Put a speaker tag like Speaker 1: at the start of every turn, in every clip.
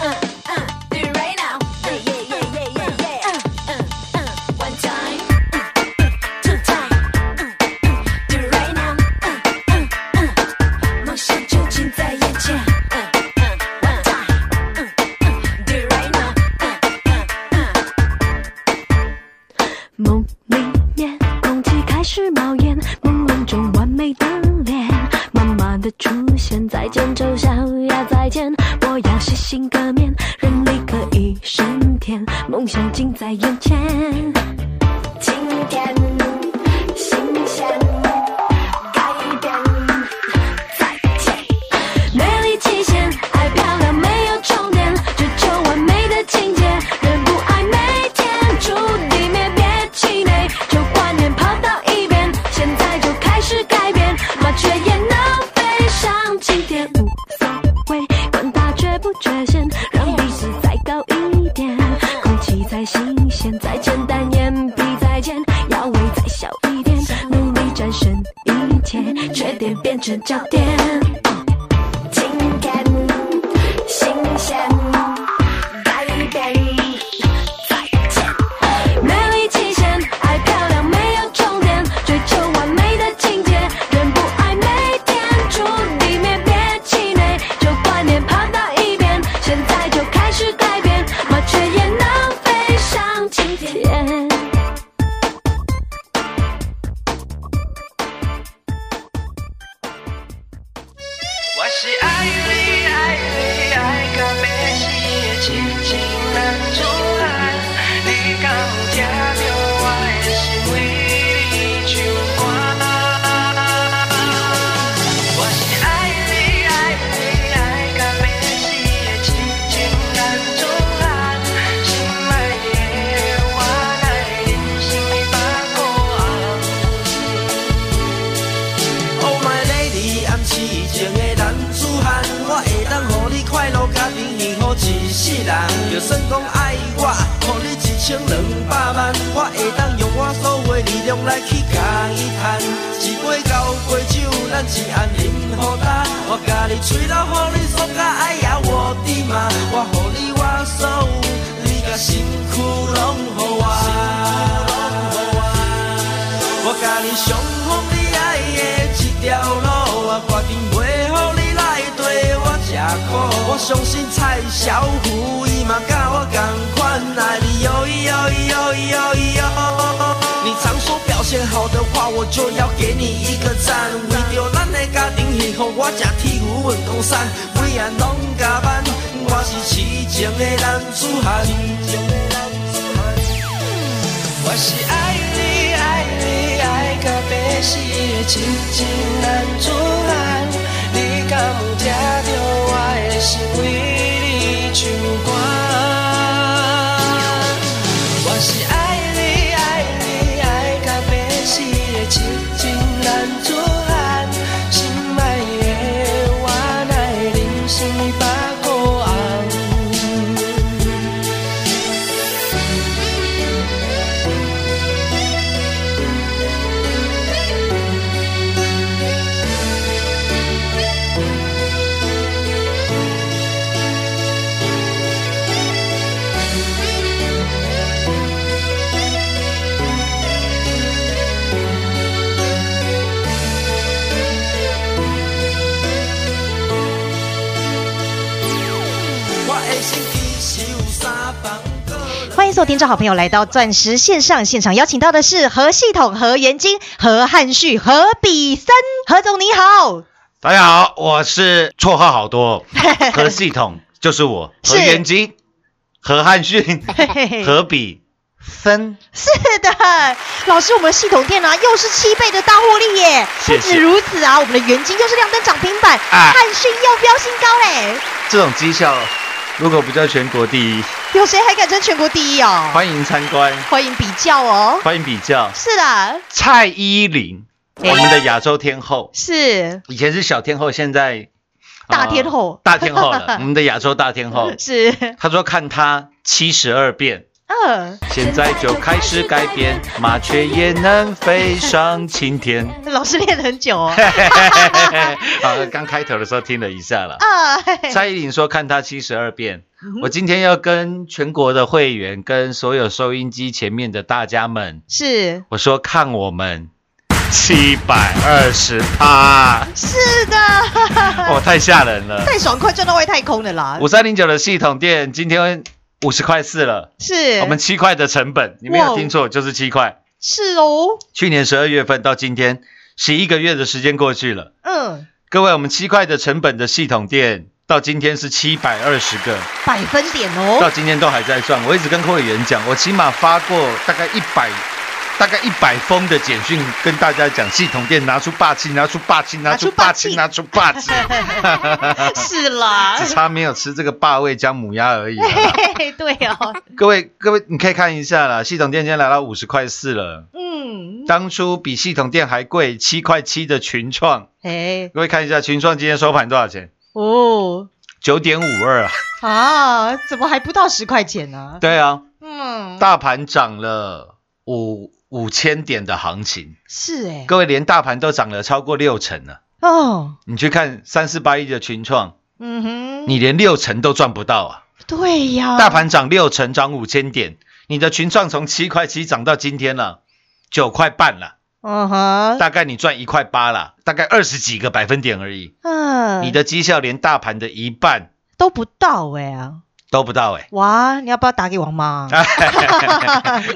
Speaker 1: Uh, uh, Uh, 梦里面，空气开始冒烟，朦胧中完美的脸，慢慢的出现。再见，丑小鸭，再见，我要洗心革面，人力可以升天，梦想近在眼前。今天，新鲜，改变，再见。美丽极限，爱漂亮没有终点，追求完美的境界，人不爱每天触地面，别气馁，旧观念抛到一边，现在就开始改变，麻雀也能飞上青天，无所谓，管它缺不缺陷，让彼此再高一点，空气再新鲜，再简单，眼皮再尖，腰围再小一点，努力战胜一切，缺点变成焦点。今天新鲜，改变，再见。美丽极限，爱漂亮没有终点，追求完美的境界，人不爱每天触地面，别气馁，旧观念抛到一边，现在就开始改变，麻雀也能飞上青天。
Speaker 2: 我是爱你爱你爱到要死的痴情男子汉，你敢有听到我的心为你唱歌？我是爱你爱你爱到要死的痴情男子汉，心爱的我来人生的百个红。
Speaker 3: Oh my lady，暗示情的男子汉，我会当互你快乐甲平幸福一世人。就算讲爱我，互你一千两百万，我会当用我所有的力量来去甲伊赚。一杯交杯酒，咱一暗饮好呾，我甲你吹到，互你爽甲爱呀我的妈，我互你我所有，你甲身躯拢互我。我甲你上好你爱的一条路，我决定袂予你来对我吃苦。我相信蔡小虎伊嘛甲我同款爱你哟咿哟咿哟咿哟咿哟。你常说表现好的话，我就要给你一个赞。为着咱的家庭幸福，我吃铁牛运江山，每晚拢加班。我是痴情的男子汉。
Speaker 2: 我是爱你爱你爱到要死的痴情男子汉，你敢有听到我的心为你唱歌？我是爱你爱你爱到要死的痴情男子汉，心爱的我奈人生的百个红。
Speaker 3: 我的心其实有三房个人。
Speaker 4: 欢迎所有听众好朋友来到钻石线上现场，邀请到的是何系统、何元金、何汉旭、何比森。何总你好，
Speaker 5: 大家好，我是绰号好多、哦， 何系统就是我，
Speaker 4: 是
Speaker 5: 何元金、何汉逊、何比森，
Speaker 4: 是的，老师，我们系统店啊又是七倍的大获利耶！
Speaker 5: 谢谢
Speaker 4: 不止如此啊，我们的元金又是亮灯涨停板，
Speaker 5: 哎
Speaker 4: 汉讯又飙新高嘞！
Speaker 5: 这种绩效如果不叫全国第一，
Speaker 4: 有谁还敢争全国第一哦？
Speaker 5: 欢迎参观，
Speaker 4: 欢迎比较哦。
Speaker 5: 欢迎比较。
Speaker 4: 是的，
Speaker 5: 蔡依林，
Speaker 4: 哎
Speaker 5: 我们的亚洲天后，
Speaker 4: 是
Speaker 5: 以前是小天后，现在呃
Speaker 4: 大天后。
Speaker 5: 大天后了，我们的亚洲大天后
Speaker 4: 是，
Speaker 5: 他说看她七十二变，
Speaker 4: 嗯，
Speaker 5: 现在就开始改变，麻雀也能飞上青天。
Speaker 4: 老师练了很久哦。
Speaker 5: 好，刚开头的时候听了一下了。
Speaker 4: 啊，嘿嘿
Speaker 5: 蔡依林说看她七十二变。我今天要跟全国的会员，跟所有收音机前面的大家们，
Speaker 4: 是
Speaker 5: 我说看我们七百二十趴，
Speaker 4: 是的，
Speaker 5: 哇，太吓人了！
Speaker 4: 太爽快赚到外太空了啦。
Speaker 5: 五三零九的系统店今天五十块四了，
Speaker 4: 是，
Speaker 5: 我们七块的成本，你没有听错，就是七块。
Speaker 4: 是哦，
Speaker 5: 去年十二月份到今天，十一个月的时间过去了，
Speaker 4: 嗯，
Speaker 5: 各位，我们七块的成本的系统店到今天是七百二十个，
Speaker 4: 百分点
Speaker 5: 到
Speaker 4: 哦，
Speaker 5: 今天都还在算。我一直跟会员讲，我起码发过大概一百。大概一百封的简讯跟大家讲，系统店拿出霸气，拿出霸气，拿出霸气，拿出霸气，
Speaker 4: 是啦，
Speaker 5: 只差没有吃这个霸味姜母鸭而已啦。
Speaker 4: 嘿嘿，对哦，
Speaker 5: 各位各位，你可以看一下啦，系统店今天来到五十块四了，
Speaker 4: 嗯，
Speaker 5: 当初比系统店还贵七块七的群创，
Speaker 4: 哎，
Speaker 5: 各位看一下群创今天收盘多少钱？
Speaker 4: 哦，
Speaker 5: 九点五二啊，
Speaker 4: 啊，怎么还不到十块钱呢？
Speaker 5: 对啊，
Speaker 4: 嗯，
Speaker 5: 大盘涨了五五千点的行情，
Speaker 4: 是哎，
Speaker 5: 各位连大盘都涨了超过六成了。
Speaker 4: 哦，
Speaker 5: 你去看三四八一的群创，
Speaker 4: 嗯哼，
Speaker 5: 你连六成都赚不到啊！
Speaker 4: 对呀，
Speaker 5: 大盘涨六成，涨五千点，你的群创从七块七涨到今天了九块半了，
Speaker 4: 嗯哼，
Speaker 5: 大概你赚一块八了，大概二十几个百分点而已。
Speaker 4: 嗯，
Speaker 5: 你的绩效连大盘的一半
Speaker 4: 都不到哎啊，
Speaker 5: 都不到哎、
Speaker 4: 哇，你要不要打给王妈？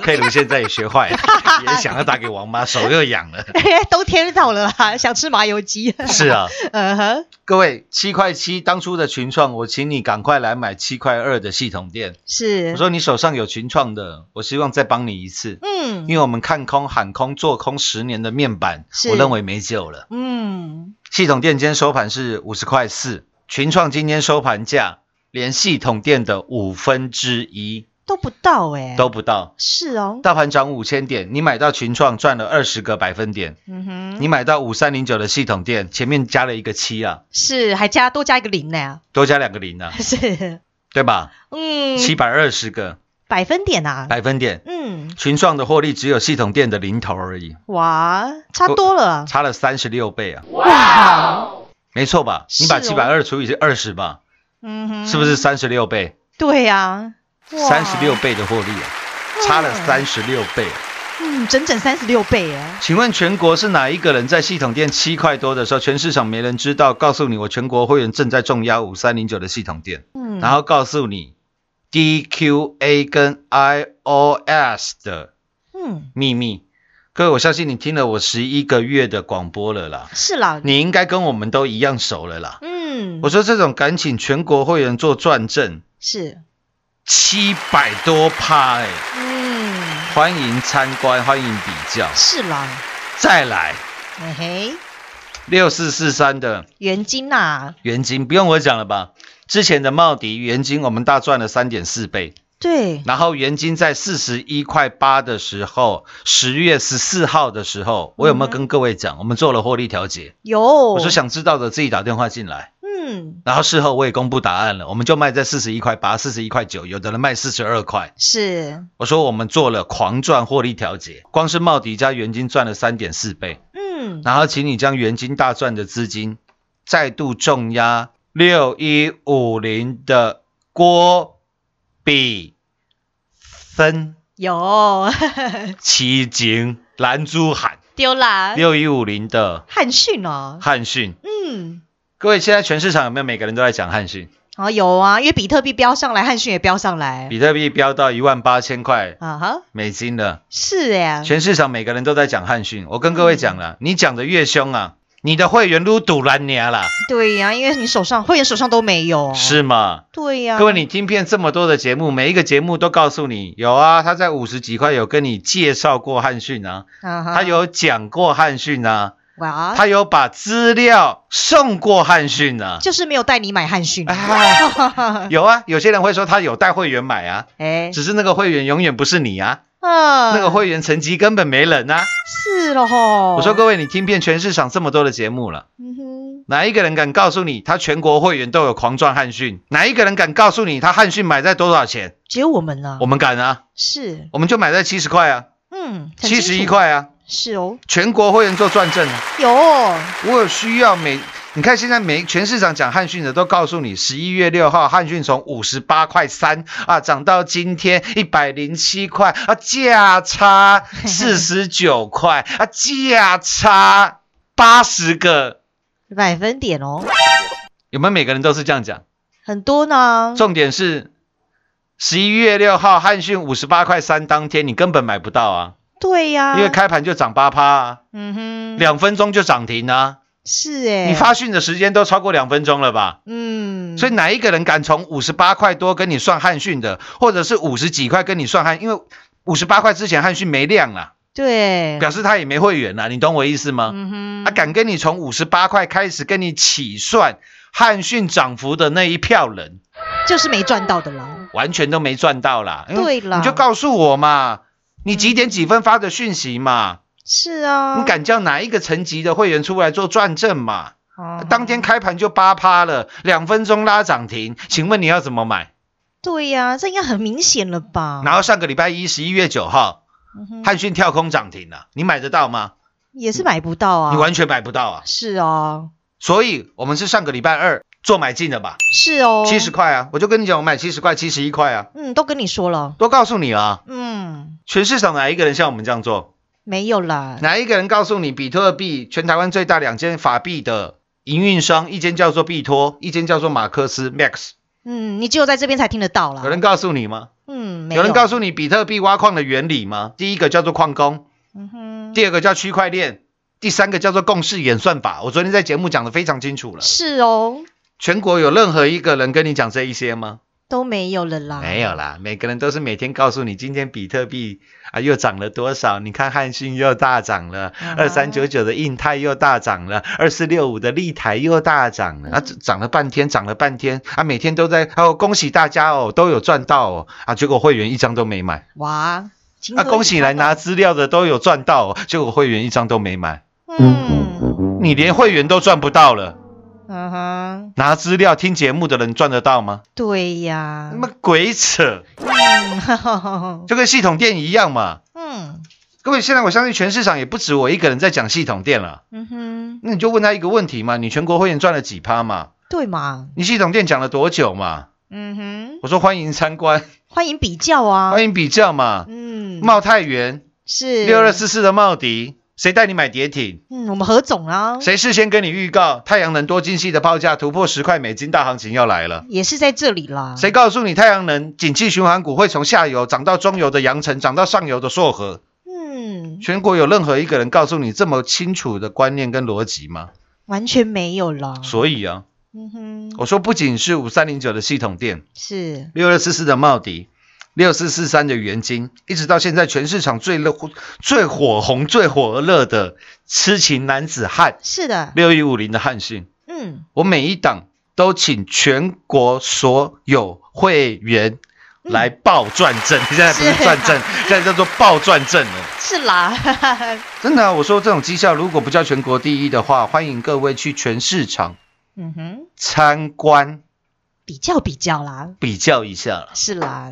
Speaker 5: 佩鲁现在也学坏了，也想要打给王妈，手又痒了。
Speaker 4: 冬天到了啦，想吃麻油鸡。
Speaker 5: 是啊，
Speaker 4: 嗯哼，
Speaker 5: 各位七块七当初的群创，我请你赶快来买七块二的系统店。
Speaker 4: 是。
Speaker 5: 我说你手上有群创的，我希望再帮你一次，
Speaker 4: 嗯
Speaker 5: 因为我们看空、喊空、做空十年的面板
Speaker 4: 是，
Speaker 5: 我认为没救了。
Speaker 4: 嗯，
Speaker 5: 系统店今天收盘是五十块四，群创今天收盘价连系统店的五分之一
Speaker 4: 都不到哎、
Speaker 5: 都不到。
Speaker 4: 是哦。
Speaker 5: 大盘涨五千点，你买到群创赚了二十个百分点，
Speaker 4: 嗯哼，
Speaker 5: 你买到五三零九的系统店，前面加了一个七啊，
Speaker 4: 是还加多加一个零呢、
Speaker 5: 多加两个零啊，
Speaker 4: 是，
Speaker 5: 对吧？
Speaker 4: 嗯，
Speaker 5: 七百二十个
Speaker 4: 百分点啊，
Speaker 5: 百分点，
Speaker 4: 嗯，
Speaker 5: 群创的获利只有系统店的零头而已，
Speaker 4: 哇，差多了，
Speaker 5: 差了三十六倍啊，
Speaker 4: 哇，
Speaker 5: 没错吧？你把
Speaker 4: 是
Speaker 5: 七
Speaker 4: 哦
Speaker 5: 百二除以二十吧，
Speaker 4: 嗯哼，
Speaker 5: 是不是？三十六倍？
Speaker 4: 对呀、哇
Speaker 5: 三十六，倍的获利啊，差了三十六倍啊。
Speaker 4: 嗯，整整三十六倍哎，
Speaker 5: 请问全国是哪一个人在系统店七块多的时候，全市场没人知道？告诉你，我全国会员正在重压五三零九的系统店，
Speaker 4: 嗯，
Speaker 5: 然后告诉你 DQA 跟 iOS 的
Speaker 4: 嗯，
Speaker 5: 秘密。各位，我相信你听了我十一个月的广播了啦，
Speaker 4: 是啦，
Speaker 5: 你应该跟我们都一样熟了啦。
Speaker 4: 嗯
Speaker 5: 我，说这种敢请全国会员做转正，
Speaker 4: 是，
Speaker 5: 七百多趴哎、
Speaker 4: 嗯，
Speaker 5: 欢迎参观，欢迎比较。
Speaker 4: 是啦，
Speaker 5: 再来
Speaker 4: 嘿嘿，
Speaker 5: 六四四三的
Speaker 4: 原金啊呐、
Speaker 5: 元金，不用我讲了吧？之前的茂迪元金我们大赚了三点四倍，
Speaker 4: 对，
Speaker 5: 然后元金在四十一块八的时候，十月十四号的时候，我有没有跟各位讲，我们做了获利调节？
Speaker 4: 有，
Speaker 5: 我
Speaker 4: 我
Speaker 5: 说，想知道的自己打电话进来。
Speaker 4: 嗯，
Speaker 5: 然后事后我也公布答案了，我们就卖在四十一块八、四十一块九，有的人卖四十二块。
Speaker 4: 是，
Speaker 5: 我说我们做了狂赚获利调节，光是茂迪加元金赚了三点四倍，
Speaker 4: 嗯，
Speaker 5: 然后请你将元金大赚的资金再度重压六一五零的郭比分
Speaker 4: 有
Speaker 5: 奇景蓝珠喊
Speaker 4: 丢啦，
Speaker 5: 六一五零的
Speaker 4: 汉逊哦，
Speaker 5: 汉讯。
Speaker 4: 嗯，
Speaker 5: 各位，现在全市场有没有每个人都在讲汉讯？
Speaker 4: 啊有啊，因为比特币飙上来，汉逊也飙上来，
Speaker 5: 比特币飙到一万八千块
Speaker 4: 啊哈，
Speaker 5: 美金了。
Speaker 4: 是哎，
Speaker 5: 全市场每个人都在讲汉讯，我跟各位讲
Speaker 4: 嗯
Speaker 5: 了，你讲的越凶啊，你的会员撸堵拦你啊啦，
Speaker 4: 对呀、因为你手上会员手上都没有，
Speaker 5: 是，吗？
Speaker 4: 哦对啊呀、
Speaker 5: 各位，你听遍这么多的节目，每一个节目都告诉你有啊，他在五十几块有跟你介绍过汉讯啊，
Speaker 4: 啊哈，
Speaker 5: 他有讲过汉讯啊，
Speaker 4: 哇，
Speaker 5: 他有把资料送过汉讯呢。
Speaker 4: 就是没有带你买汉逊。
Speaker 5: 哎有啊，有些人会说他有带会员买啊，
Speaker 4: 哎，
Speaker 5: 只是那个会员永远不是你啊，
Speaker 4: 啊
Speaker 5: 那个会员层级根本没人啊。
Speaker 4: 是了吼。
Speaker 5: 我说各位，你听遍全市场这么多的节目了，
Speaker 4: 嗯哼，
Speaker 5: 哪一个人敢告诉你他全国会员都有狂赚汉讯？哪一个人敢告诉你他汉讯买在多少钱？
Speaker 4: 只有我们啦
Speaker 5: 我，们敢啊，
Speaker 4: 是，
Speaker 5: 我们就买在七十块啊，
Speaker 4: 嗯，很
Speaker 5: 七
Speaker 4: 清
Speaker 5: 十一
Speaker 4: 楚，
Speaker 5: 块啊，
Speaker 4: 是哦，
Speaker 5: 全国会员做转正啊。
Speaker 4: 有哦
Speaker 5: 我有需要每，你看现在每全市场讲汉讯的都告诉你，十一月六号汉讯从五十八块三啊涨到今天一百零七块啊，价差四十九块啊，价差八十个，
Speaker 4: 百分点哦，
Speaker 5: 有没有每个人都是这样讲？
Speaker 4: 很多呢，
Speaker 5: 重点是十一月六号汉讯五十八块三当天你根本买不到啊，
Speaker 4: 对呀，
Speaker 5: 因为，开盘就涨八趴啊，
Speaker 4: 嗯哼，
Speaker 5: 两分钟就涨停啊，
Speaker 4: 是哎，
Speaker 5: 你发讯的时间都超过两分钟了吧？
Speaker 4: 嗯，
Speaker 5: 所以哪一个人敢从五十八块多跟你算汉讯的，或者是五十几块跟你算汉，因为五十八块之前汉讯没量啦，
Speaker 4: 对，
Speaker 5: 表示他也没会员啊啦，你懂我意思吗？
Speaker 4: 嗯
Speaker 5: 他、
Speaker 4: 哼，
Speaker 5: 啊敢跟你从五十八块开始跟你起算汉讯涨幅的那一票人，
Speaker 4: 就是没赚到的啦，
Speaker 5: 完全都没赚到啦。因为
Speaker 4: 对啦
Speaker 5: 你就告诉我嘛，你几点几分发的讯息嘛？
Speaker 4: 是啊，
Speaker 5: 你敢叫哪一个层级的会员出来做转正嘛？
Speaker 4: 哦
Speaker 5: 当天开盘就八趴了，两分钟拉涨停，请问你要怎么买？
Speaker 4: 对呀、这应该很明显了吧？嗯
Speaker 5: 然后上个礼拜一，十一月九号，汉讯跳空涨停了，你买得到吗？
Speaker 4: 也是买不到啊，
Speaker 5: 你完全买不到啊！
Speaker 4: 是啊，
Speaker 5: 所以我们是上个礼拜二做买进的吧？
Speaker 4: 是哦，
Speaker 5: 七十，块啊，我就跟你讲，我买七十块、七十一块啊，
Speaker 4: 嗯，都跟你说了，
Speaker 5: 都告诉你啊，
Speaker 4: 嗯，
Speaker 5: 全市场哪一个人像我们这样做？
Speaker 4: 没有啦，
Speaker 5: 哪一个人告诉你比特币全台湾最大两间法币的营运商，一间叫做币托，一间叫做马克思 Max？
Speaker 4: 嗯，你只有在这边才听得到啦，
Speaker 5: 有人告诉你吗？
Speaker 4: 嗯，啊没
Speaker 5: 有人告
Speaker 4: 诉，
Speaker 5: 诉你比特币挖矿的原理吗？第一个叫做矿工，
Speaker 4: 嗯哼，
Speaker 5: 第二个叫区块链，第三个叫做共识演算法。我昨天在节目讲的非常清楚了。
Speaker 4: 是哦，
Speaker 5: 全国有任何一个人跟你讲这一些吗？
Speaker 4: 都没有了啦，
Speaker 5: 没有啦，每个人都是每天告诉你今天比特币啊又涨了多少，你看汉信又大涨了，二三九九的印泰又大涨了，二四六五的立台又大涨了，啊这涨了半天，涨了半天啊，每天都在哦恭喜大家哦都有赚到哦啊，结果会员一张都没买，
Speaker 4: 哇，情
Speaker 5: 啊
Speaker 4: 何
Speaker 5: 恭
Speaker 4: 以
Speaker 5: 喜
Speaker 4: 堪
Speaker 5: 来拿资料的都有赚到哦，结果会员一张都没买。
Speaker 4: 嗯，
Speaker 5: 你连会员都赚不到了，
Speaker 4: 嗯哼，
Speaker 5: 拿资料听节目的人赚得到吗？
Speaker 4: 对
Speaker 5: 那
Speaker 4: 呀，
Speaker 5: 么鬼扯，
Speaker 4: 嗯，
Speaker 5: 就跟系统店一样嘛。
Speaker 4: 嗯，
Speaker 5: 各位，现在我相信全市场也不止我一个人在讲系统店了。
Speaker 4: 嗯哼，
Speaker 5: 那你就问他一个问题嘛，你全国会员赚了几趴嘛？
Speaker 4: 对嘛，
Speaker 5: 你系统店讲了多久嘛？
Speaker 4: 嗯哼，
Speaker 5: 我说欢迎参观，
Speaker 4: 欢迎比较啊，
Speaker 5: 欢迎比较嘛。
Speaker 4: 嗯，
Speaker 5: 茂泰源
Speaker 4: 是
Speaker 5: 六二四四的茂迪，谁带你买跌停？
Speaker 4: 嗯，我们何总啊，
Speaker 5: 谁事先跟你预告太阳能多晶系的报价突破十块美金大行情要来了？
Speaker 4: 也是在这里啦。
Speaker 5: 谁告诉你太阳能景气循环股会从下游涨到中游的阳城，涨到上游的硕和？
Speaker 4: 嗯，
Speaker 5: 全国有任何一个人告诉你这么清楚的观念跟逻辑吗？
Speaker 4: 完全没有啦。
Speaker 5: 所以啊，
Speaker 4: 嗯哼，
Speaker 5: 我说不仅是五三零九的系统店，
Speaker 4: 是，
Speaker 5: 六二四四的茂迪，六四四三的元金，一直到现在全市场最热、最火红、最火热的痴情男子汉，
Speaker 4: 是的，
Speaker 5: 六一五零的汉信，
Speaker 4: 嗯
Speaker 5: 我每一档都请全国所有会员来报转正， 现在不是转正，现在叫做报转正了。
Speaker 4: 是啦，
Speaker 5: 真的啊、我说这种绩效如果不叫全国第一的话，欢迎各位去全市场
Speaker 4: 嗯哼，
Speaker 5: 参观
Speaker 4: 比较比较啦，
Speaker 5: 比较一下了。
Speaker 4: 是啦，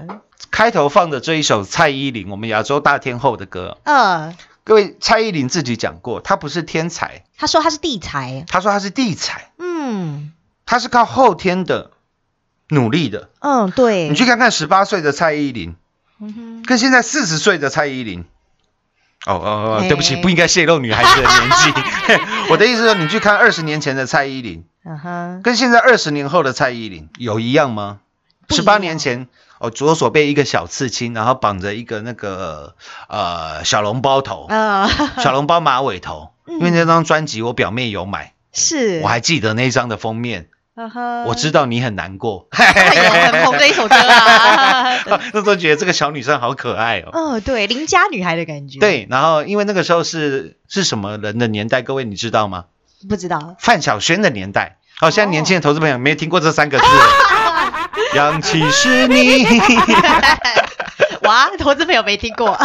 Speaker 5: 开头放的这一首蔡依林，我们亚洲大天后的歌，
Speaker 4: 呃，
Speaker 5: 各位蔡依林自己讲过，她不是天才，
Speaker 4: 他说他是地才，
Speaker 5: 她说她是地才，
Speaker 4: 嗯
Speaker 5: 她是靠后天的努力的。
Speaker 4: 嗯，对，
Speaker 5: 你去看看十八岁的蔡依林，
Speaker 4: 嗯哼，
Speaker 5: 跟现在四十岁的蔡依林。哦哦哦，
Speaker 4: 哎
Speaker 5: 对不起，不应该泄露女孩子的年 纪。我的意思是说，你去看二十年前的蔡依林，
Speaker 4: 嗯哼，
Speaker 5: 跟现在二十年后的蔡依林有一样吗？
Speaker 4: 不一
Speaker 5: 十
Speaker 4: 样
Speaker 5: 八年前，哦，左手被一个小刺青，然后绑着一个那个呃小笼包头，
Speaker 4: 呃，
Speaker 5: 小笼
Speaker 4: 嗯
Speaker 5: 包马尾头。因为那张专辑我表妹有买，
Speaker 4: 是，
Speaker 5: 我还记得那张的封面，
Speaker 4: 呵呵
Speaker 5: 我知道你很难过，
Speaker 4: 嗯哎呦，很红的一首歌啊。
Speaker 5: 那时候觉得这个小女生好可爱哦。
Speaker 4: 嗯，对，邻家女孩的感觉。，
Speaker 5: 对，然后因为那个时候是是什么人的年代，各位你知道吗？
Speaker 4: 不知道。
Speaker 5: 范晓萱的年代。好、现在年轻的投资朋友没听过这三个字。
Speaker 4: 哦
Speaker 5: 氧气 是你，
Speaker 4: 哇，投资朋友没听过，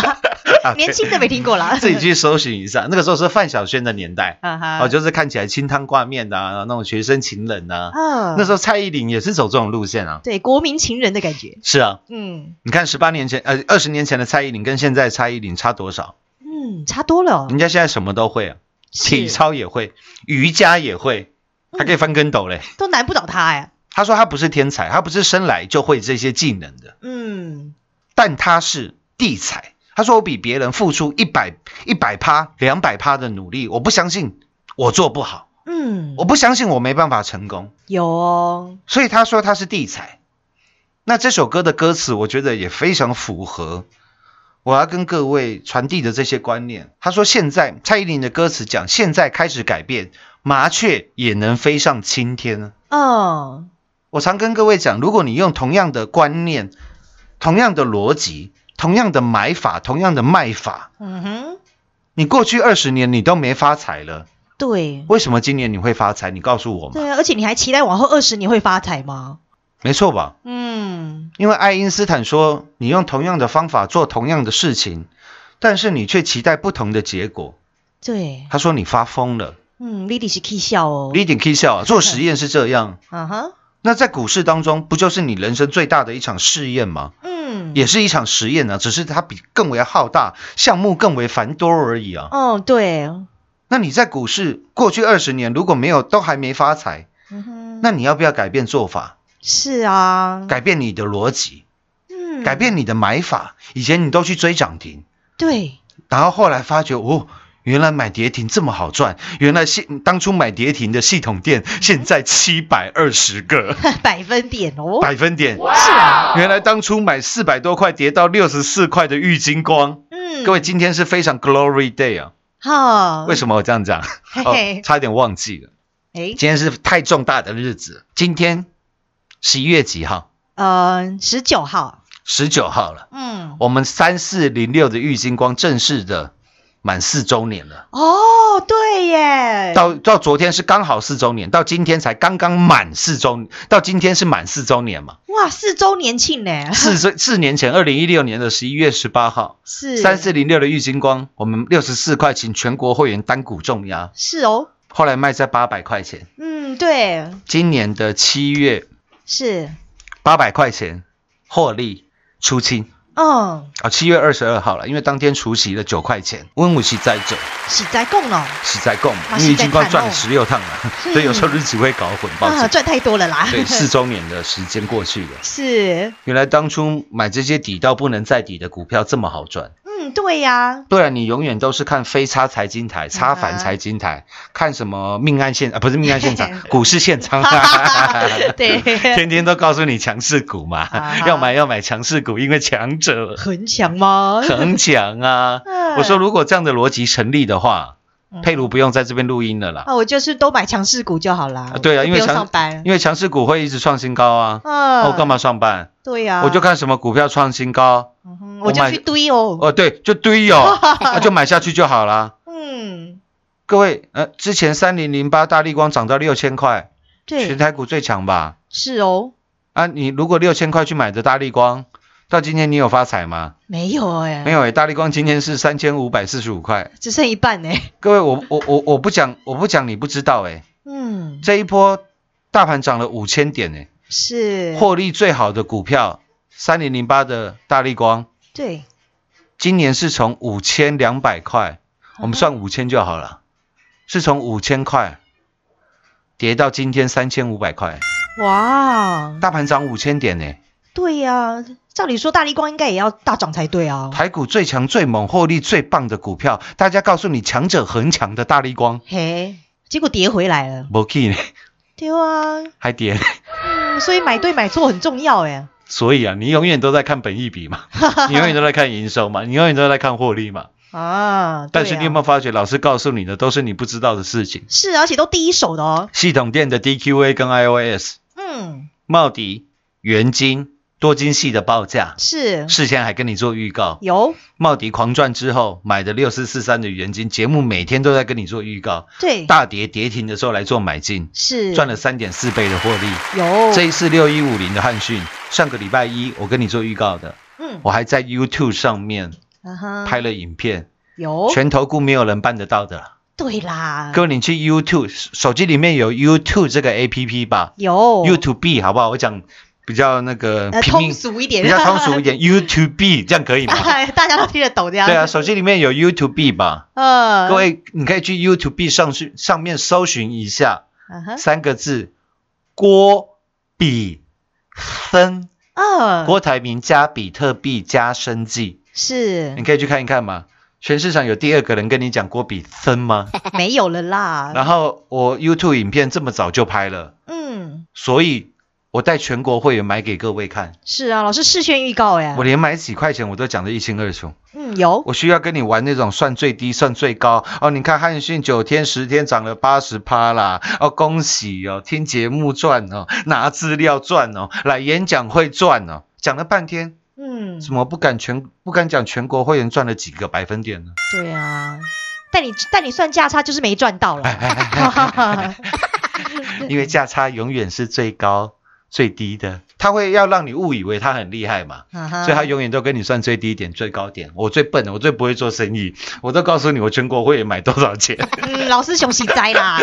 Speaker 4: 年轻的没听过 啦。
Speaker 5: 自 己去搜寻啊一下。那个时候是范晓萱的年代，
Speaker 4: 哈哈。
Speaker 5: 哦，就是看起来清汤挂面的、啊，然后那种学生情人啊。
Speaker 4: 嗯，
Speaker 5: 那时候蔡依林也是走这种路线啊。
Speaker 4: 对国民情人的感觉。
Speaker 5: 是啊，
Speaker 4: 嗯
Speaker 5: 你看十八年前，呃，二十年前的蔡依林跟现在蔡依林差多少？
Speaker 4: 嗯，差多了哦。
Speaker 5: 人家现在什么都会啊，体操也会，瑜伽也会，
Speaker 4: 嗯
Speaker 5: 还可以翻跟斗嘞。
Speaker 4: 都难不倒他哎。
Speaker 5: 他说他不是天才，他不是生来就会这些技能的，
Speaker 4: 嗯，
Speaker 5: 但他是地才。他说我比别人付出一百一百趴、两百趴的努力，我不相信我做不好，
Speaker 4: 嗯，
Speaker 5: 我不相信我没办法成功，
Speaker 4: 有哦，
Speaker 5: 所以他说他是地才。那这首歌的歌词，我觉得也非常符合我要跟各位传递的这些观念。他说现在蔡依林的歌词讲，现在开始改变，麻雀也能飞上青天啊。
Speaker 4: 嗯，
Speaker 5: 我常跟各位讲，如果你用同样的观念、同样的逻辑、同样的买法、同样的卖法，
Speaker 4: 嗯哼，
Speaker 5: 你过去二十年你都没发财了，
Speaker 4: 对，
Speaker 5: 为什么今年你会发财？你告诉我嘛，
Speaker 4: 对啊，而且你还期待往后二十年会发财吗？
Speaker 5: 没错吧？
Speaker 4: 嗯，
Speaker 5: 因为爱因斯坦说，你用同样的方法做同样的事情，但是你却期待不同的结果。
Speaker 4: 对，
Speaker 5: 他说你发疯了，
Speaker 4: 嗯，Lily 是 K 笑哦，
Speaker 5: 你一点 K 笑啊，做实验是这样。
Speaker 4: 啊哈，
Speaker 5: 那在股市当中，不就是你人生最大的一场试验吗？
Speaker 4: 嗯，
Speaker 5: 也是一场实验呢、啊只是它比更为浩大，项目更为繁多而已啊。
Speaker 4: 哦，对，
Speaker 5: 那你在股市过去二十年如果没有都还没发财，
Speaker 4: 嗯哼，
Speaker 5: 那你要不要改变做法，
Speaker 4: 是啊，
Speaker 5: 改变你的逻辑，
Speaker 4: 嗯
Speaker 5: 改，变你的买法？以前你都去追涨停，
Speaker 4: 对，
Speaker 5: 然后后来发觉哦。原来买跌停这么好赚，原来系当初买跌停的系统店，现在七百二十个
Speaker 4: 百分点哦，
Speaker 5: 百分点。
Speaker 4: 是啊，
Speaker 5: 原来当初买四百多块跌到六十四块的玉金光，
Speaker 4: 嗯，
Speaker 5: 各位今天是非常 glory day 啊！
Speaker 4: 好，
Speaker 5: 为什么我这样讲？
Speaker 4: 嘿
Speaker 5: 哦
Speaker 4: 嘿，
Speaker 5: 差点忘记了，
Speaker 4: 哎，
Speaker 5: 今天是太重大的日子。今天十一月几号？
Speaker 4: 呃，十九号，
Speaker 5: 十九号了。
Speaker 4: 嗯，
Speaker 5: 我们三四零六的玉金光正式的满四周年了，
Speaker 4: 哦，对耶，
Speaker 5: 到到昨天是刚好四周年，到今天才刚刚满四周，到今天是满四周年嘛？
Speaker 4: 哇，四周年庆呢，
Speaker 5: 四周四年前，二零一六年的十一月十八号，
Speaker 4: 是
Speaker 5: 三四零六的玉金光，我们六十四块请全国会员单股重压，
Speaker 4: 是哦，
Speaker 5: 后来卖在八百块钱，
Speaker 4: 嗯，对，
Speaker 5: 今年的七月
Speaker 4: 是，
Speaker 5: 八百块钱获利出清
Speaker 4: 嗯，
Speaker 5: 啊，七月二十二号了，因为当天除息了九块钱，温武是在走，
Speaker 4: 是在供哦，
Speaker 5: 是在供
Speaker 4: 哇，
Speaker 5: 因为已经光
Speaker 4: 实在看
Speaker 5: 赚
Speaker 4: 哦
Speaker 5: 了十六趟了，所以有时候日子会搞混，抱
Speaker 4: 啊，
Speaker 5: 歉。
Speaker 4: 赚太多了啦，
Speaker 5: 对，四周年的时间过去了，
Speaker 4: 是，
Speaker 5: 原来当初买这些底到不能再底的股票这么好赚，
Speaker 4: 嗯，对 呀、
Speaker 5: 不然你永远都是看非差财经台、差
Speaker 4: 啊，
Speaker 5: 凡财经台，看什么命案现啊，不是命案现场，股市现场
Speaker 4: 对
Speaker 5: 天天都告诉你强势股嘛
Speaker 4: 啊，
Speaker 5: 要买要买强势股，因为 强者
Speaker 4: 很强 吗？
Speaker 5: 很强啊
Speaker 4: 嗯。
Speaker 5: 我说如果这样的逻辑成立的话，佩如不用在这边录音了啦。
Speaker 4: 啊，我就是都买强势股就好啦。
Speaker 5: 啊对啊，
Speaker 4: 就哦不
Speaker 5: 因为
Speaker 4: 用
Speaker 5: 强
Speaker 4: 上班，
Speaker 5: 因为强势股会一直创新高啊。
Speaker 4: 嗯啊
Speaker 5: 那我干嘛上班？
Speaker 4: 对呀、嗯
Speaker 5: 我就，看什么股票创新高，
Speaker 4: 我就
Speaker 5: 买
Speaker 4: 去堆哦，
Speaker 5: 哦对，就堆哦，那就买下去就好啦。
Speaker 4: 嗯，
Speaker 5: 各位，呃，之前三零零八大力光涨到六千块，全
Speaker 4: 对，
Speaker 5: 台股最强吧？
Speaker 4: 是哦，
Speaker 5: 啊，你如果六千块去买的大力光，到今天你有发财吗？
Speaker 4: 没有哎、
Speaker 5: 没有诶、大力光今天是三千五百四十五块。
Speaker 4: 只剩一半哎、
Speaker 5: 各位，我我我我不讲，我不讲你不知道诶、
Speaker 4: 嗯，
Speaker 5: 这一波大盘涨了五千点诶、
Speaker 4: 是，
Speaker 5: 获利最好的股票三零零八的大力光，
Speaker 4: 对，
Speaker 5: 今年是从五千两百块，我们算五千就好了，是从五千块跌到今天三千五百块，
Speaker 4: 哇，
Speaker 5: 大盘涨五千点呢、
Speaker 4: 对呀、照理说大力光应该也要大涨才对啊，
Speaker 5: 台股最强、最猛、获利最棒的股票，大家告诉你强者恒强的大力光，
Speaker 4: 嘿，结果跌回来了，
Speaker 5: 没 key 呢，
Speaker 4: 对啊，
Speaker 5: 还跌呢，
Speaker 4: 嗯，所以买对买错很重要哎、
Speaker 5: 所以啊，你永远都在看本益比嘛，你永远都在看营收嘛，你永远都在看获利嘛，
Speaker 4: 啊，
Speaker 5: 但是
Speaker 4: 对啊
Speaker 5: 你有没有发觉，老师告诉你的都是你不知道的事情？
Speaker 4: 是，而且都第一手的哦。
Speaker 5: 系统店的 DQA 跟 iOS、
Speaker 4: 嗯，
Speaker 5: 茂迪、元金、多晶系的报价，
Speaker 4: 是
Speaker 5: 事先还跟你做预告。
Speaker 4: 有
Speaker 5: 茂迪狂赚之后买的六四四三的元金，节目每天都在跟你做预告。
Speaker 4: 对，
Speaker 5: 大跌跌停的时候来做买进，
Speaker 4: 是哦
Speaker 5: 赚了三点四倍的获利。
Speaker 4: 有
Speaker 5: 这一次六一五零的汉讯，上个礼拜一我跟你做预告的，
Speaker 4: 嗯，
Speaker 5: 我还在 YouTube 上面
Speaker 4: 嗯哦哼
Speaker 5: 拍了影片，
Speaker 4: 有
Speaker 5: 全投顾没有人办得到的。
Speaker 4: 对啦，
Speaker 5: 各位，你去 YouTube 手机里面有 YouTube 这个 APP 吧
Speaker 4: 有
Speaker 5: ，YouTube B 好不好？我讲比较那个
Speaker 4: 哦呃
Speaker 5: 平民
Speaker 4: 通俗一点，
Speaker 5: 比较通俗一点，YouTube B 这样可以吗？
Speaker 4: 大家都听得懂这样。
Speaker 5: 对啊，，手机里面有 YouTube B 吧？
Speaker 4: 呃，
Speaker 5: 各，位，你可以去 YouTube B 上去上面搜寻一下
Speaker 4: 嗯哼，
Speaker 5: 三个字郭比分，
Speaker 4: 呃，
Speaker 5: 郭台铭加比特币加生计，你
Speaker 4: 是
Speaker 5: 可以去看一看嘛。全市场有第二个人跟你讲郭比分吗？
Speaker 4: 没有了啦。
Speaker 5: 然后我 YouTube 影片这么早就拍了，
Speaker 4: 嗯，
Speaker 5: 所以我带全国会员买给各位看，
Speaker 4: 是啊，老师事先预告哎
Speaker 5: 我，连买几块钱我都讲得一清二楚。
Speaker 4: 嗯，有
Speaker 5: 我需要跟你玩那种算最低、算最高哦。你看汉讯九天、十天涨了八十趴啦，哦，恭喜哦，听节目赚哦，拿资料赚哦，来演讲会赚哦。讲了半天，
Speaker 4: 嗯，
Speaker 5: 怎么不敢全不敢讲全国会员赚了几个百分点呢？
Speaker 4: 对啊，但你但你算价差就是没赚到
Speaker 5: 哎
Speaker 4: 了。
Speaker 5: 因为价差永远是最高最低的，他会要让你误以为他很厉害嘛。
Speaker 4: 所
Speaker 5: 所以他永远都跟你算最低点、最高点。我最笨，我最不会做生意，我都告诉你我全国会员买多少钱。
Speaker 4: 嗯，老师熊喜哉 啦，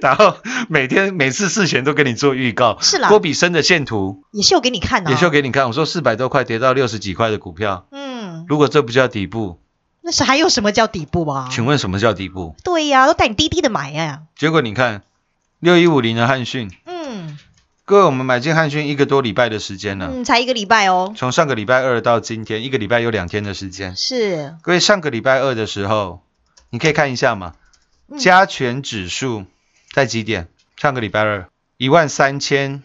Speaker 5: 然后每天每次事前都给你做预告，
Speaker 4: 是啦
Speaker 5: 郭比生的线图
Speaker 4: 也秀给你看啊，
Speaker 5: 也秀给你看，我说四百多块跌到六十几块的股票，
Speaker 4: 嗯，
Speaker 5: 如果这不叫底部，
Speaker 4: 那是还有什么叫底部啊？
Speaker 5: 请问什么叫底部？
Speaker 4: 对呀、都带你滴滴的买哎、
Speaker 5: 结果你看六一五零的汉讯，
Speaker 4: 嗯
Speaker 5: 各位我们买进汉讯一个多礼拜的时间了，
Speaker 4: 嗯，才一个礼拜哦，
Speaker 5: 从上个礼拜二到今天，一个礼拜有两天的时间。
Speaker 4: 是
Speaker 5: 各位上个礼拜二的时候，你可以看一下嘛，
Speaker 4: 嗯
Speaker 5: 加权指数在几点？上个礼拜二一万三千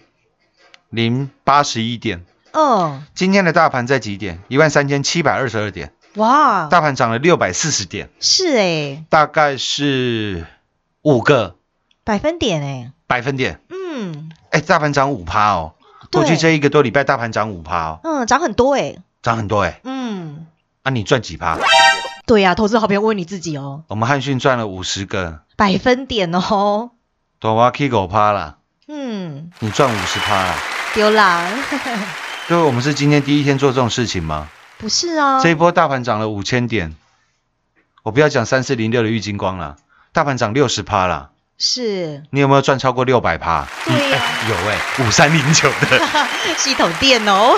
Speaker 5: 零八十一点。
Speaker 4: 嗯，
Speaker 5: 今天的大盘在几点？一万三千七百二十二点，
Speaker 4: 哇，
Speaker 5: 大盘涨了六百四十点，
Speaker 4: 是哎，
Speaker 5: 大概是五个
Speaker 4: 百分点哎，
Speaker 5: 百分点。
Speaker 4: 嗯
Speaker 5: 哎，大盘涨五趴哦，
Speaker 4: 对
Speaker 5: 过去这一个多礼拜大盘涨五趴哦，
Speaker 4: 嗯，涨很多哎，
Speaker 5: 涨很多哎。
Speaker 4: 嗯，
Speaker 5: 啊，你赚几趴？
Speaker 4: 对呀、投资好朋友问你自己哦，
Speaker 5: 我们汉讯赚了五十个，
Speaker 4: 百分点哦，
Speaker 5: 多哇 K 狗趴啦，
Speaker 4: 嗯，
Speaker 5: 你赚五十趴啦。
Speaker 4: 丢啦，
Speaker 5: 对，我们是今天第一天做这种事情吗？
Speaker 4: 不是啊
Speaker 5: 这，一波大盘涨了五千点，我不要讲三四零六的玉金光啦，大盘涨六十趴啦，
Speaker 4: 是
Speaker 5: 你有没有赚超过六百趴？
Speaker 4: 对呀、
Speaker 5: 有哎、五三零九的，
Speaker 4: 系统店哦，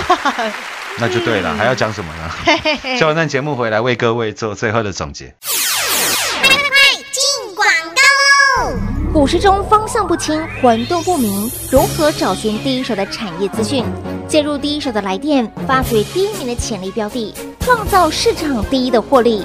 Speaker 5: 那就对
Speaker 4: 嗯
Speaker 5: 了，还要讲什么 呢？
Speaker 4: 嘿嘿嘿
Speaker 5: 下完段节目回来为各位做最后的总结。
Speaker 6: 进广告喽！
Speaker 7: 股市中方向不清、混沌不明，如何找寻第一手的产业资讯？介入第一手的来电，发掘第一名的潜力标的，创造市场第一的获利。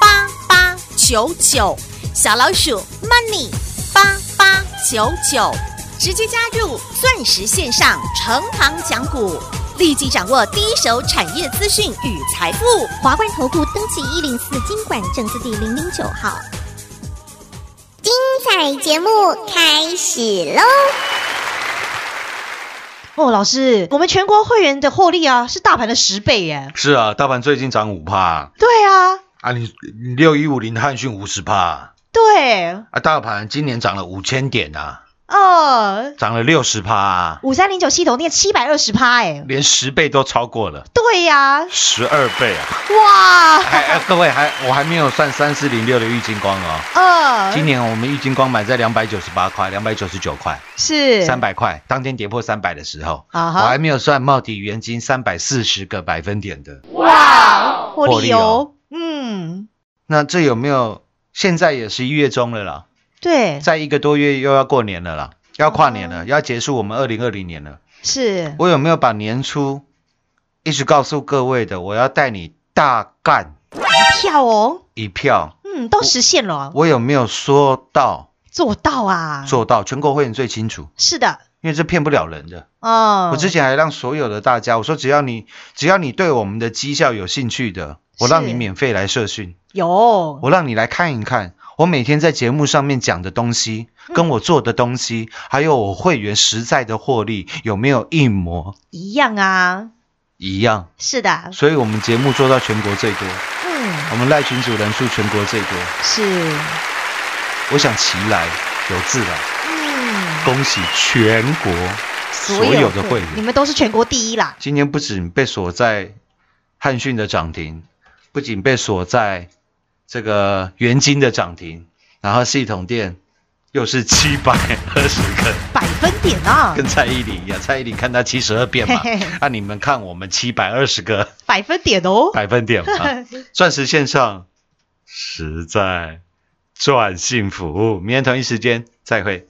Speaker 6: 八八九九，小老鼠 Money 八八九九，直接加入钻石线上成行讲股，立即掌握第一手产业资讯与财富。
Speaker 7: 华冠投顾登记一零四经管证字第零零九号。
Speaker 8: 彩节目开始喽！
Speaker 4: 哦，老师，我们全国会员的获利啊，是大盘的十倍耶，
Speaker 5: 是啊，大盘最近涨五趴
Speaker 4: 对啊，
Speaker 5: 啊，你六一五零汉讯五十趴
Speaker 4: 对，
Speaker 5: 啊，大盘今年涨了五千点啊，
Speaker 4: 呃，
Speaker 5: 涨了六十趴，
Speaker 4: 五三零九系统店七百二十趴，哎、
Speaker 5: 连十倍都超过了。
Speaker 4: 对呀、
Speaker 5: 十二倍啊！
Speaker 4: 哇，
Speaker 5: 还、哎各位还我还没有算三四零六的玉金光哦。
Speaker 4: 呃，
Speaker 5: 今年我们玉金光买在两百九十八块、两百九十九块、
Speaker 4: 是
Speaker 5: 三，百块，当天跌破三百的时候，
Speaker 4: 啊
Speaker 5: 我还
Speaker 4: 哈，
Speaker 5: 没有算茂迪元金三百四十个百分点的，
Speaker 4: 获
Speaker 5: 获利
Speaker 4: 利
Speaker 5: 哦
Speaker 4: 哦，嗯，
Speaker 5: 那这有没有现在也十一月中了啦，
Speaker 4: 对，
Speaker 5: 再一个多月又要过年了啦，要跨年
Speaker 4: 哦
Speaker 5: 了，要结束我们二零二零年了。
Speaker 4: 是
Speaker 5: 我有没有把年初一直告诉各位的，我要带你大干
Speaker 4: 票哦，
Speaker 5: 一票？
Speaker 4: 嗯，都实现了，
Speaker 5: 我有没有说到
Speaker 4: 做到啊，
Speaker 5: 做到？全国会员最清楚，
Speaker 4: 是的，
Speaker 5: 因为这骗不了人的。
Speaker 4: 哦，
Speaker 5: 我之前还让所有的大家，我说只要你只要你对我们的绩效有兴趣的，我让
Speaker 4: 是
Speaker 5: 你免费来社训，
Speaker 4: 有
Speaker 5: 我让你来看一看我每天在节目上面讲的东西，跟我做的东西，还有我会员实在的获利有没有一模
Speaker 4: 一样啊，
Speaker 5: 一样。
Speaker 4: 是的，
Speaker 5: 所以我们节目做到全国最多，
Speaker 4: 嗯，
Speaker 5: 我们赖群主人数全国最多。
Speaker 4: 是，
Speaker 5: 我想其来有自来，
Speaker 4: 嗯，
Speaker 5: 恭喜全国所有的会
Speaker 4: 你
Speaker 5: 员。
Speaker 4: 们都是全国第一啦，
Speaker 5: 今天不仅被锁在汉讯的涨停，不仅被锁在这个元金的涨停，然后系统店又是七百二十个。
Speaker 4: 百分点啊，
Speaker 5: 跟蔡依林一样，蔡依林看他七十二变嘛
Speaker 4: 嘿嘿，
Speaker 5: 那、你们看我们七百二十个
Speaker 4: 百分点哦，
Speaker 5: 百分点嘛，钻石线上实在赚幸福。明天同一时间再会。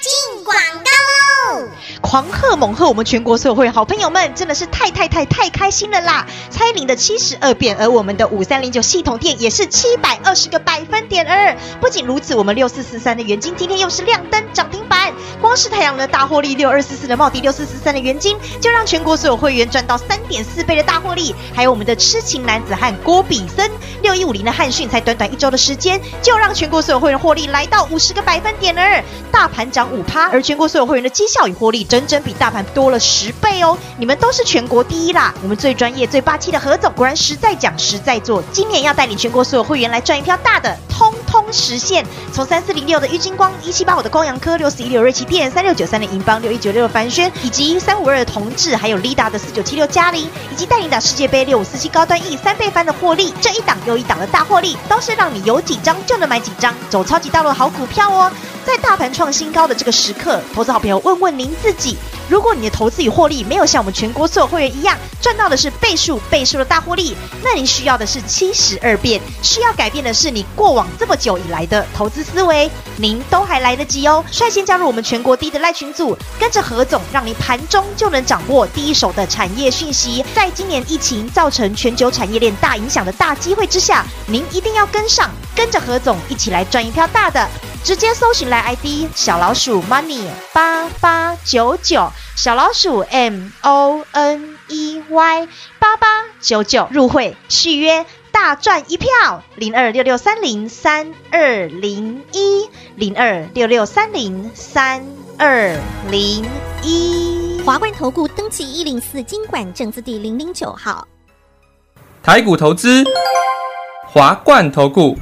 Speaker 8: 进广告喽！
Speaker 4: 狂贺猛贺我们全国所有会员好朋友们，真的是太太太太开心了啦！蔡依林的七十二变，而我们的五三零九系统店也是七百二十个百分点二。不仅如此，我们六四四三的元金今天又是亮灯涨停板，光是太阳能大获利，六二四四的茂迪，六四四三的元金就让全国所有会员赚到三点四倍的大获利，还有我们的痴情男子汉郭比森，六一五零的汉讯，才短短一周的时间就让全国所有会员获利来到五十个百分点二，大盘涨五趴，而全国所有会员的绩效与获利整整比大盘多了十倍哦！你们都是全国第一啦！我们最专业、最霸气的何总，果然实在讲、实在做，今年要带领全国所有会员来赚一票大的，通通实现。从三四零六的郁金光，一七八五的光阳科，六四一六瑞奇电，三六九三的银邦，六一九六的凡轩，以及三五二的同志，还有 Lida 的四九七六嘉玲，以及带领打世界杯六五四七高端 E 三倍翻的获利，这一档又一档的大获利，都是让你有几张就能买几张，走超级大路的好股票哦。在大盘创新高的这个时刻，投资好朋友问问您自己：如果你的投资与获利没有像我们全国所有会员一样赚到的是倍数倍数的大获利，那您需要的是七十二变，需要改变的是你过往这么久以来的投资思维。您都还来得及哦，率先加入我们全国第一的赖群组，跟着何总，让您盘中就能掌握第一手的产业讯息。在今年疫情造成全球产业链大影响的大机会之下，您一定要跟上，跟着何总一起来赚一票大的。直接搜寻来 ID 小老鼠 money 八八九九，小老鼠 M O N E Y 八八九九入会续约。大赚一票，零二六六三零三二零一，零二六六三零三二零一。
Speaker 8: 华冠投顾登记一零四经管证字第零零九号，
Speaker 9: 台股投资，华冠投顾，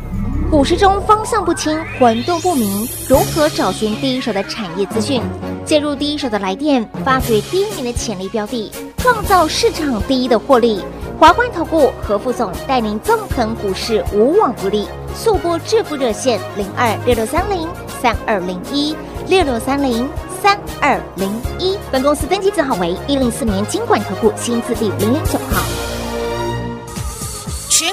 Speaker 7: 股市中方向不清、混沌不明，如何找寻第一手的产业资讯？介入第一手的来电，发掘第一名的潜力标的，创造市场第一的获利。华冠投顾何副总带领纵横股市，无往不利。速播致富热线零二六六三零三二零一六六三零三二零一。本公司登记字号为一零四年经管投顾新字第零零九号。
Speaker 6: 全